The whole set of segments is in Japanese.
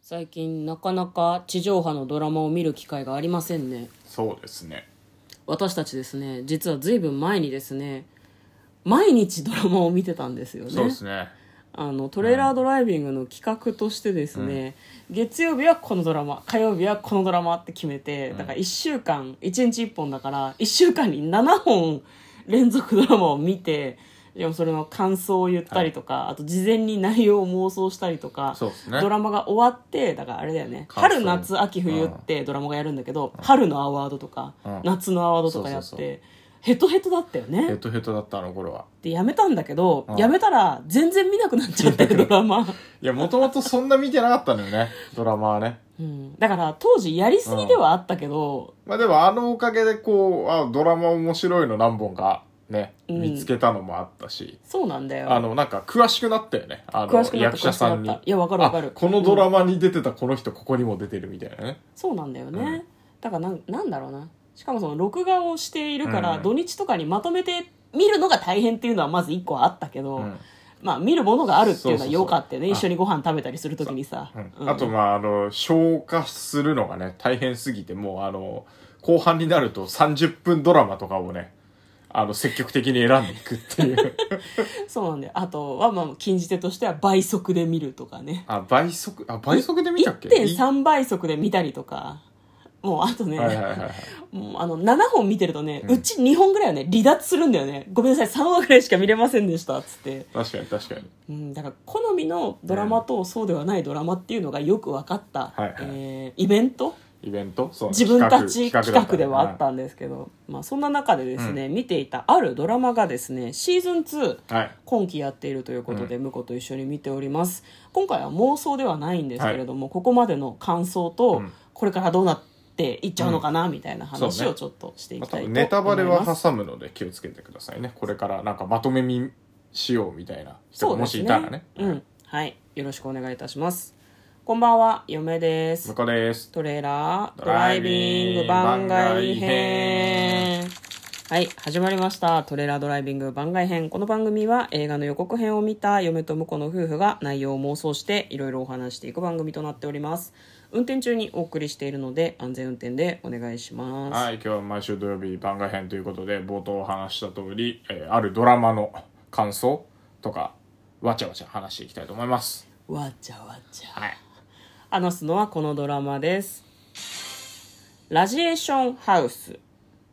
最近なかなか地上波のドラマを見る機会がありませんねそうですね私たちですね実は随分前にですね毎日ドラマを見てたんですよねそうですねあのトレーラードライビングの企画としてですね、月曜日はこのドラマ火曜日はこのドラマって決めてだから1週間1日1本だから1週間に7本連続ドラマを見てでもそれの感想を言ったりとか、あと事前に内容を妄想したりとか、そうですねドラマが終わってだからあれだよね感想春夏秋冬ってドラマがやるんだけど、春のアワードとか、うん夏のアワードとかやってそうそうそヘトヘトだったよねヘトヘトだったあの頃はでやめたんだけど、うんやめたら全然見なくなっちゃってドラマ、いやもともとそんな見てなかったのよね ドラマはねうん、だから当時やりすぎではあったけど、まあでもあのおかげでこうあドラマ面白いの何本かねうん見つけたのもあったし、そうなんだよあのなんか詳しくなったよねあ詳しくのなった役者さ詳しんくなにったいやわかるわかるあこのドラマに出てたこの人ここにも出てるみたいなね、そうなんだよね、うんだからなんなんだろうなしかもその録画をしているから、うん土日とかにまとめて見るのが大変っていうのはまず一個はあったけど、うんまあ見るものがあるっていうのそうそうはそうよかったよねあ一緒にご飯食べたりするときにさ、うんうんあとまああの消化するのがね大変すぎてもうあの後半になると30分ドラマとかをねあの積極的に選んでいくっていう そうなんだよあとはまあ禁じ手としては倍速で見るとかねあ倍速あ倍速で見たっけ1.3倍速で見たりとかもうあとね、はいはいはいはいもうあの7本見てるとね、うち2本ぐらいはね離脱するんだよねごめんなさい3話ぐらいしか見れませんでしたっつって、確かに確かにうん、だから好みのドラマとそうではないドラマっていうのがよく分かった、はいはいえーイベントイベントそうね自分たちだ企画ではあっはたんですけど、まあ、そんな中でですね、見ていたあるドラマがですねシーズン2いはい今期やっているということで、婿と一緒に見ております今回は妄想ではないんですけれども、ここまでの感想と、うんこれからどうなっていっちゃうのかな、みたいな話そうをねちょっとしていまきあたい多と思い分ます、ネタバレは挟むので気をつけてくださいねこれからなんかまとめ見しようみたいなそ人がうでもすしねいたらねうんはいよろしくお願いいたしますこんばんは嫁です向こうですトレーラードドラライイビビンンググ番番外編外編はい始まりましたトレーラードライビング番外編この番組は映画の予告編を見た嫁と婿の夫婦が内容を妄想していろいろお話していく番組となっております運転中にお送りしているので安全運転でお願いしますはい、今日は毎週土曜日番外編ということで冒頭お話しした通り、えーあるドラマの感想とかわちゃわちゃ話していきたいと思いますわちゃわちゃはい話すのはこのドラマですラジエーションハウス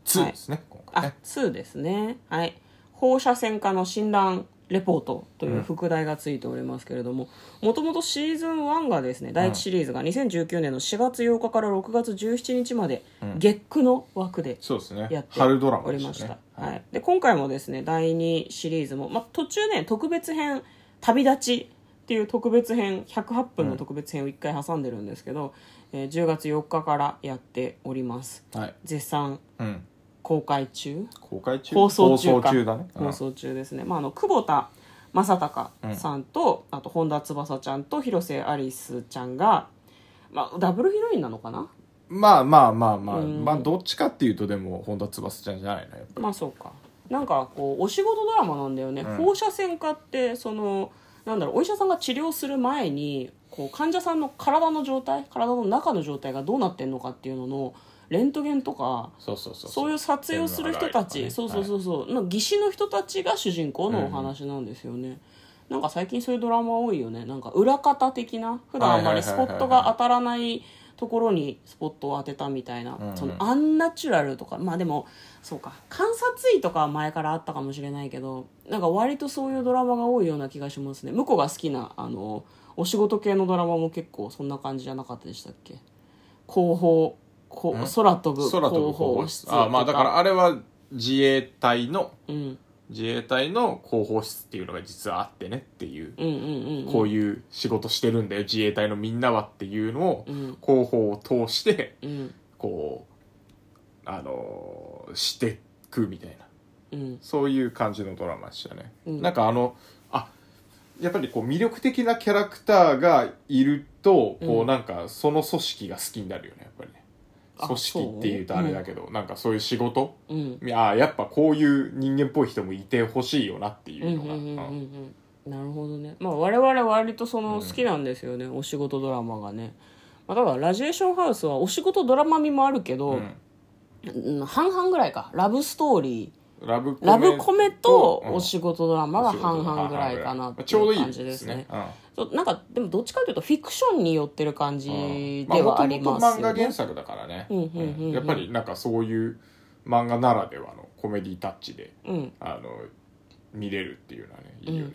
2ですね、今回あね、 2ですね。はい。放射線科の診断レポートという副題がついておりますけれども、もともとシーズン1がですね、第1シリーズが2019年の4月8日から6月17日まで、月9の枠でそうですやっねて春ドラおマでりしたまねした。はいはい。で、今回もですね、第2シリーズも、まあ、途中ね、特別編、旅立ちっていう特別編、108分の特別編を1回挟んでるんですけど、えー10月4日からやっております。はい絶賛うん、公開中公開中放送中か放だね、うん放送中ですね、まあ、あの久保田正孝さんと、あと本田翼ちゃんと広瀬アリスちゃんが、まあ、ダブルヒロインなのかなまあまあまあまあ、うんまあどっちかっていうとでも本田翼ちゃんじゃないなやっぱまあそうかなんかこうお仕事ドラマなんだよね、うん放射線科ってそのなんだろうお医者さんが治療する前にこう患者さんの体の状態体の中の状態がどうなってんのかっていうののレントゲンとかそうそうそうそういう撮影をする人たち、天そう皇そうそうそう、の技師の人たちが主人公のお話なんですよね、なんか最近そういうドラマ多いよねなんか裏方的な普段あんまりスポットが当たらないところにスポットを当てたみたいな、んうんそのアンナチュラルとかまあでもそうか観察医とかは前からあったかもしれないけどなんか割とそういうドラマが多いような気がしますね向こうが好きなあのお仕事系のドラマも結構そんな感じじゃなかったでしたっけ広報こう空飛ぶ広空飛ぶ広報報室室あまあだからあれは自衛隊のうん自衛隊の広報室っていうのが実はあってねっていううんうんうんうんこういう仕事してるんだよ自衛隊のみんなはっていうのをうん広報を通してうんこうあのーしていくみたいうなんそういう感じのドラマでしたね、うんなんかあのあやっぱりこう魅力的なキャラクターがいるとこうんうなんかその組織が好きになるよねやっぱりねあ組織っていうとあれだけど、なんかそういう仕事うんいややっぱこういう人間っぽい人もいてほしいよなっていうんううんのうんうんが、ううんんなるほどねまあ我々割とそのうん好きなんですよね、お仕事ドラマがね、まあ、だからラジエーションハウスはお仕事ドラマ味もあるけど、うん半々ぐらいかラブストーリーラブラブコメとうんお仕事ドラマがお仕事半々ぐらいかなってちょういどういい感じですね。そうなんかでもどっちかというとフィクションに寄ってる感うんじまあではあります元よ々漫画ね原。作だからね、うんうんうんうんやっぱりなんかそういう漫画ならではのコメディタッチでうん、あの見れるっていうのはねいいよね、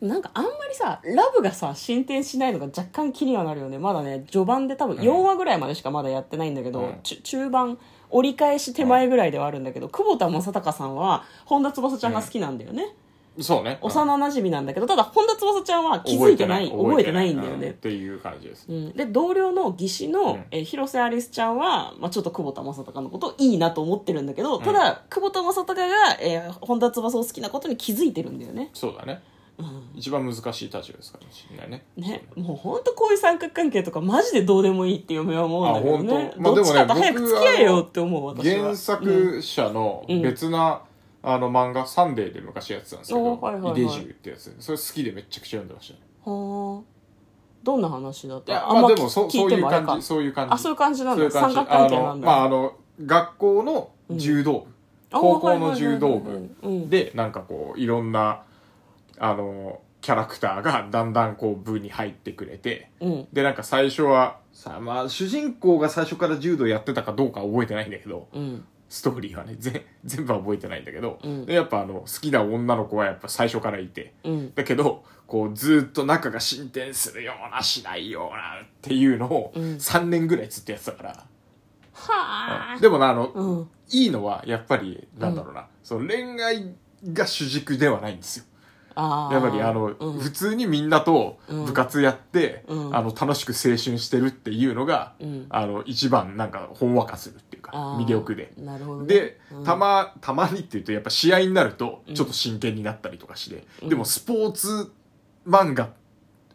なんかあんまりさラブがさ進展しないのが若干気にはなるよねまだね序盤で多分ん4話ぐらいまでしかまだやってないんだけど、うんちゅ中盤折り返し手前ぐらいではあるんだけど、久保田正孝さんは本田翼ちゃんが好きなんだよね、そうね幼なじみなんだけどただ本田翼ちゃんは気づいてない覚えてないんだようっね、ていう感じですうんで同僚の義士の、うんえー広瀬アリスちゃんは、まあ、ちょっと久保田正孝のことをいいなと思ってるんだけどただ、久保田正孝が、えー本田翼を好きなことに気づいてるんだよね、そうだねうん、一番難しい立場ですからね信頼ねね、もう本当こういう三角関係とかマジでどうでもいいって嫁は思うんだけどねあ本当まあどっちかとでもね早僕く付き合えよって思う私は原作者の別な、あの漫画「サンデー」で昔やってたんですけどおーはいはい「はいイデジュってやつそれ好きでめっちゃくちゃ読んでましたねはあどんな話だっいたやあんまあまでもそ聞そいうていうもあれ感かじそういう感じあそういう感じなんそういうだ感三じ角関係あのなんまああだの学校の柔道部、あ高校のはいはいはいはい柔道部うんでなんかこういろんなあのキャラクターがだんだんこう部に入ってくれてうんでなんか最初はさまあ主人公が最初から柔道やってたかどうかは覚えてないんだけどうんストーリーはねぜ全部は覚えてないんだけど、うんでやっぱあの好きな女の子はやっぱ最初からいてうんだけどこうずーっと仲が進展するようなしないようなっていうのをうん3年ぐらいずっとやってたから、はあでもなあの、うんいいのはやっぱりなんだろうな、その恋愛が主軸ではないんですよあーやっぱりあの、うん普通にみんなと部活やって、うんあの楽しく青春してるっていうのが、うんあの一番なんかほんわかするっていうかあー魅力で。なるほどねで、うんたま、たまにっていうと、やっぱ試合になると、ちょっと真剣になったりとかして、うんでもスポーツ漫画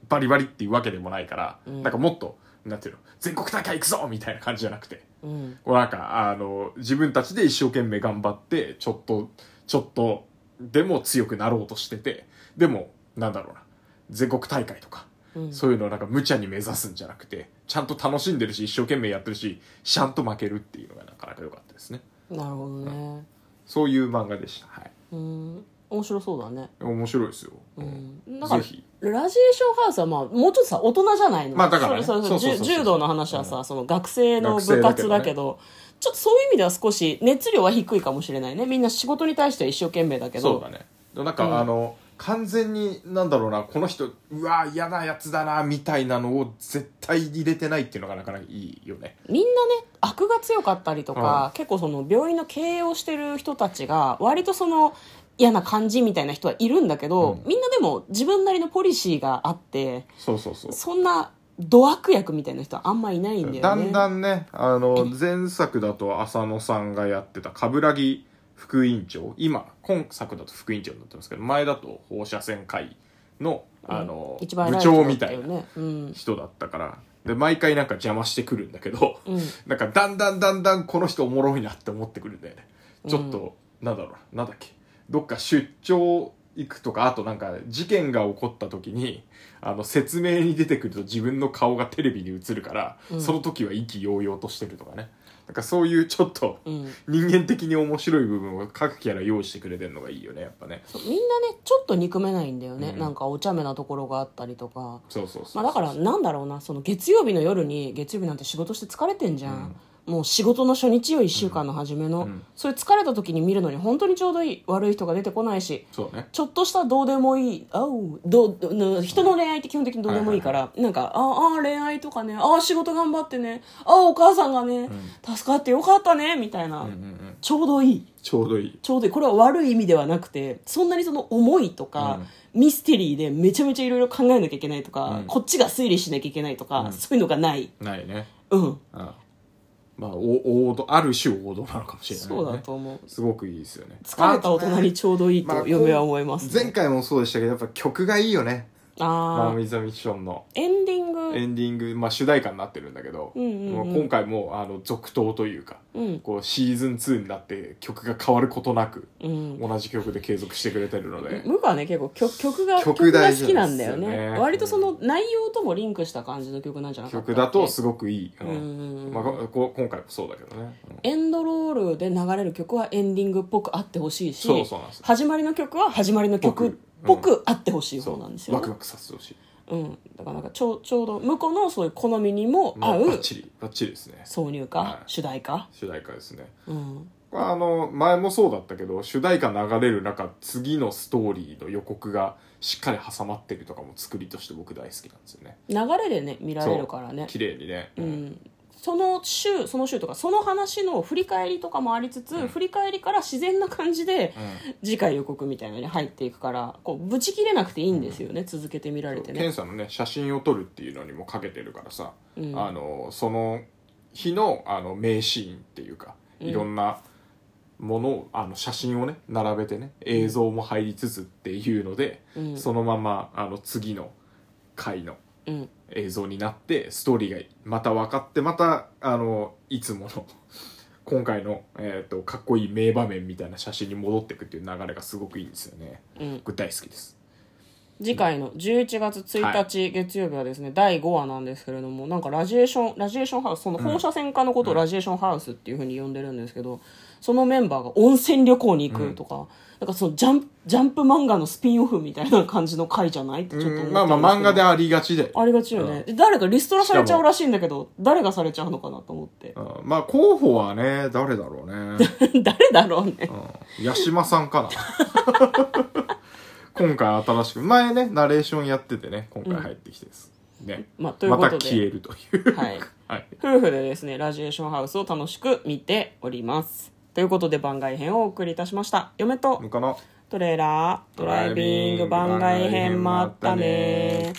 バリバリっていうわけでもないから、うんなんかもっと、なんていうの、全国大会行くぞみたいな感じじゃなくて、うんこうなんか、あの、自分たちで一生懸命頑張って、ちょっと、ちょっと、でも強くなろうとしてて、でも、なんだろうな、全国大会とか、うんそういうのをなんか無茶に目指すんじゃなくて、ちゃんと楽しんでるし、一生懸命やってるし、ちゃんと負けるっていうのがなかなか良かったですね。なるほどねそういう漫画でした。はい。うん面白そうだね面白いですよ。うんだかぜらひ。ラジエーションハウスはまあもうちょっとさ大人じゃないの、まあだからねそうそうそうそそううそうじゅ柔道の話はさ、その学生の部学生活だだけけどどちょっとそういう意味では少し熱量は低いかもしれないねみんな仕事に対しては一生懸命だけそうどだね。でもなんか、うんあの、完全に、なんだろうな、この人、うわ、嫌なやつだな、みたいなのを絶対入れてないっていうのがなかなかいいよね。みんなね悪が強かったりとか、結構その病院の経営をしてる人たちが割とその嫌な感じみたいな人はいるんだけど、うんみんなでも自分なりのポリシーがあってそうそうそう。そんな度悪役みたいな人はあんまいないんだよね。だんだんね、あの、前作だと浅野さんがやってた、冠城副委員長、今、今作だと副委員長になってますけど、前だと放射線会の、うんあの、一番部偉人長だみったいよなねうん人だったから、で、毎回なんか邪魔してくるんだけど、うんなんかだんだんだんだんこの人おもろいなって思ってくるんだよね。ちょっと、なんだろうな、なんだっけ。どっか出張行くとか、あとなんか事件が起こった時に、あの説明に出てくると自分の顔がテレビに映るから、うんその時は意気揚々としてるとかね。なんかそういうちょっとうん人間的に面白い部分を各キャラ用意してくれてるのがいいよね、やっぱね。そうみんなねちょっと憎めないんだよね、うんなんかお茶目なところがあったりとか、そうそうそまう。あ、だからなんだろうなその月曜日の夜に月曜日なんて仕事して疲れてんじゃん、もう仕事の初日よ1週間の初めの、うんそういう疲れた時に見るのに本当にちょうどいい悪い人が出てこないしそうね。ちょっとしたどうでもいいあうどうの人の恋愛って基本的にどうでもいいから、なんかああ恋愛とかねああ仕事頑張ってねああお母さんがね、助かってよかったねみたいな、うんうんうん。ちょうどいいちょうどいい。ちょうどいいこれは悪い意味ではなくてそんなにその思いとか、ミステリーでめちゃめちゃいろいろ考えなきゃいけないとか、うんこっちが推理しなきゃいけないとか、うんそういうのがないないね。うんうん。まあ、お王道、ある種王道なのかもしれないね。そうだと思うすごくいいですよね疲れた大人にちょうどいいまあと嫁は思います、前回もそうでしたけどやっぱ曲がいいよねマあン・ウーィザ・ミッションのエンディングエンディング、まあ、主題歌になってるんだけど、うんうんうんまあ今回もあの続投というかうんこうシーズン2になって曲が変わることなくうん同じ曲で継続してくれてるので、ムはね結構曲曲が曲曲が大事好きなんだよねですよね割とその内容ともリンクした感じの曲なんじゃなかったっけ曲だとすごくいい、ううんん、まあ、ここ今回もそうだけどね、うんエンドロールで流れる曲はエンディングっぽくあってほしいしそうそうなんですよ始まりの曲は始まりの曲っぽく僕あってほしい方なんですよ、ねワクワクさせてほしいうん、だからなんかちょうちょうど向こうのそういう好みにもも合うバッうチリバッチリですね挿入歌、はい主題歌、主題歌ですねうん、これあの前もそうだったけど主題歌流れる中次のストーリーの予告がしっかり挟まってるとかも作りとして僕大好きなんですよね流れでね見られるからね綺麗にね、ううんん、その週その週とかその話の振り返りとかもありつつ、振り返りから自然な感じで次回予告みたいなのに入っていくからこうブチ切れなくていいんですよね、続けて見られてケンねさんのね写真を撮るっていうのにもかけてるからさ、うんあのその日のあの名シーンっていうかうんいろんなものをあの写真をね並べてね映像も入りつつっていうので、うんそのままあの次の回のうん映像になってストーリーがまた分かってまたあのいつもの 今回の、えー、とかっこいい名場面みたいな写真に戻っていくっていう流れがすごくいいんですよねうん僕大好きです次回の11月1日月曜日はですね、第5話なんですけれどもなんかラジエーションラジエーションハウスその放射線科のことをラジエーションハウスっていうふうに呼んでるんですけど、そのメンバーが温泉旅行に行くとか、なんかそのジャンジャンプ漫画のスピンオフみたいな感じの回じゃないってちょっと思ってまあまあ漫画でありがちでありがちよね、で誰かリストラされちゃうらしいんだけど誰がされちゃうのかなと思ってうんまあ候補はね誰だろうね、 誰だろうねうん、八島さんかな 今回新しく前ねナレーションやっててね今回入ってきてです、ねまあというまことたで消えるというはいはい、夫婦でですねラジエーションハウスを楽しく見ておりますということで番外編をお送りいたしました嫁と向こうのトレーラードライビング番外編もあったね